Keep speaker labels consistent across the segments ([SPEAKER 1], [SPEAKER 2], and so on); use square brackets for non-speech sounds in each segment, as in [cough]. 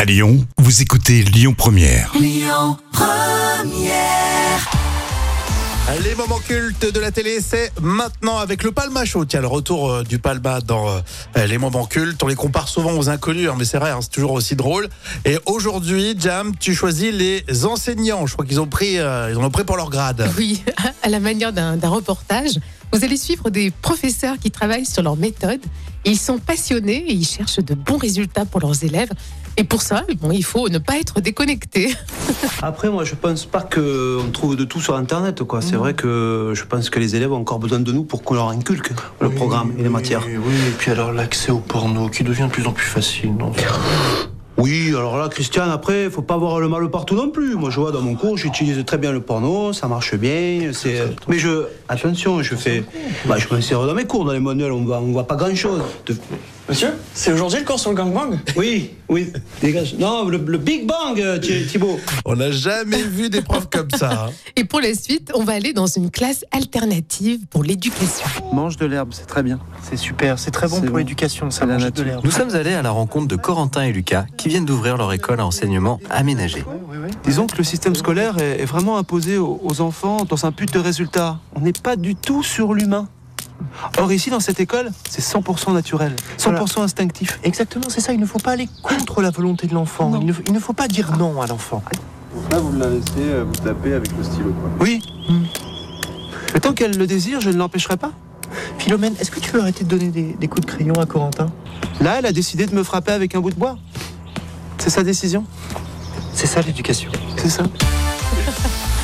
[SPEAKER 1] À Lyon, vous écoutez Lyon Première.
[SPEAKER 2] Les moments cultes de la télé, c'est maintenant avec le Palma Show. Tiens, le retour euh, du Palma dans euh, les moments cultes. On les compare souvent aux inconnus, hein, mais c'est vrai, hein, c'est toujours aussi drôle. Et aujourd'hui, Jam, tu choisis les enseignants. Je crois qu'ils ont pris, euh, ils en ont pris pour leur
[SPEAKER 3] [laughs]
[SPEAKER 2] grade.
[SPEAKER 3] Oui, à la manière d'un d'un reportage, vous allez suivre des professeurs qui travaillent sur leur méthode. Ils sont passionnés et ils cherchent de bons résultats pour leurs élèves. Et pour ça, bon, il faut ne pas être déconnecté. [laughs]
[SPEAKER 4] Après, moi, je pense pas qu'on trouve de tout sur Internet, quoi. C'est vrai que je pense que les élèves ont encore besoin de nous pour qu'on leur inculque le programme et les matières.
[SPEAKER 5] Oui, oui, et puis alors l'accès au porno qui devient de plus en plus facile, non
[SPEAKER 4] Oui, alors là, Christian, après, faut pas avoir le mal partout non plus. Moi, je vois dans mon cours, j'utilise très bien le porno, ça marche bien. C'est. Mais je, attention, je fais. Bah, je m'insère dans mes cours, dans les manuels, on voit, on voit pas grand chose.
[SPEAKER 6] Monsieur, c'est aujourd'hui le cours sur le gangbang
[SPEAKER 4] Oui, oui, dégage. Non, le, le Big Bang, euh, Thi- Thibaut.
[SPEAKER 2] On n'a jamais vu des profs comme ça. hein.
[SPEAKER 3] Et pour la suite, on va aller dans une classe alternative pour l'éducation.
[SPEAKER 7] Mange de l'herbe, c'est très bien.
[SPEAKER 5] C'est super, c'est très bon
[SPEAKER 7] C'est
[SPEAKER 5] pour
[SPEAKER 7] bon.
[SPEAKER 5] l'éducation, ça
[SPEAKER 7] C'est la
[SPEAKER 5] mange de
[SPEAKER 7] nature.
[SPEAKER 5] l'herbe.
[SPEAKER 8] Nous sommes allés à la rencontre de Corentin et Lucas, qui viennent d'ouvrir leur école à enseignement aménagé.
[SPEAKER 7] Disons que le système scolaire est, est vraiment imposé aux, aux enfants dans un but de résultat. On n'est pas du tout sur l'humain. Or ici, dans cette école, c'est 100% naturel, 100% instinctif.
[SPEAKER 5] Exactement, c'est ça, il ne faut pas aller contre la volonté de l'enfant. Il ne, il ne faut pas dire non à l'enfant.
[SPEAKER 9] Là, vous me la laissez euh, vous taper avec le stylo. Quoi.
[SPEAKER 7] Oui.
[SPEAKER 5] Hmm.
[SPEAKER 7] Mais tant qu'elle le désire, je ne l'empêcherai pas.
[SPEAKER 5] Philomène, est-ce que tu veux arrêter de donner des, des coups de crayon à Corentin
[SPEAKER 7] Là, elle a décidé de me frapper avec un bout de bois. C'est sa décision.
[SPEAKER 5] C'est ça l'éducation.
[SPEAKER 7] C'est ça.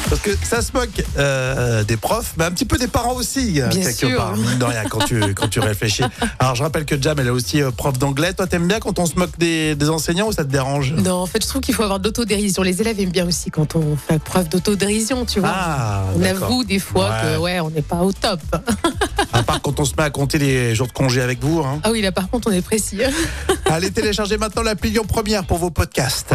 [SPEAKER 2] Parce que ça se moque euh, des profs, mais un petit peu des parents aussi, euh,
[SPEAKER 3] Bien
[SPEAKER 2] quelque
[SPEAKER 3] sûr.
[SPEAKER 2] part, mine de rien, quand tu,
[SPEAKER 3] [laughs]
[SPEAKER 2] quand tu réfléchis. Alors, je rappelle que Jam, elle est aussi euh, prof d'anglais. Toi, t'aimes bien quand on se moque des, des enseignants ou ça te dérange
[SPEAKER 3] Non, en fait, je trouve qu'il faut avoir de l'autodérision. Les élèves aiment bien aussi quand on fait preuve d'autodérision, tu vois.
[SPEAKER 2] Ah,
[SPEAKER 3] on
[SPEAKER 2] d'accord.
[SPEAKER 3] avoue des fois
[SPEAKER 2] Ouais.
[SPEAKER 3] que, ouais, on n'est pas au top.
[SPEAKER 2] À part quand on se met à compter les jours de congé avec vous. Hein.
[SPEAKER 3] Ah oui, là, par contre, on est précis. [laughs]
[SPEAKER 2] Allez télécharger maintenant l'appli Lyon Première pour vos podcasts.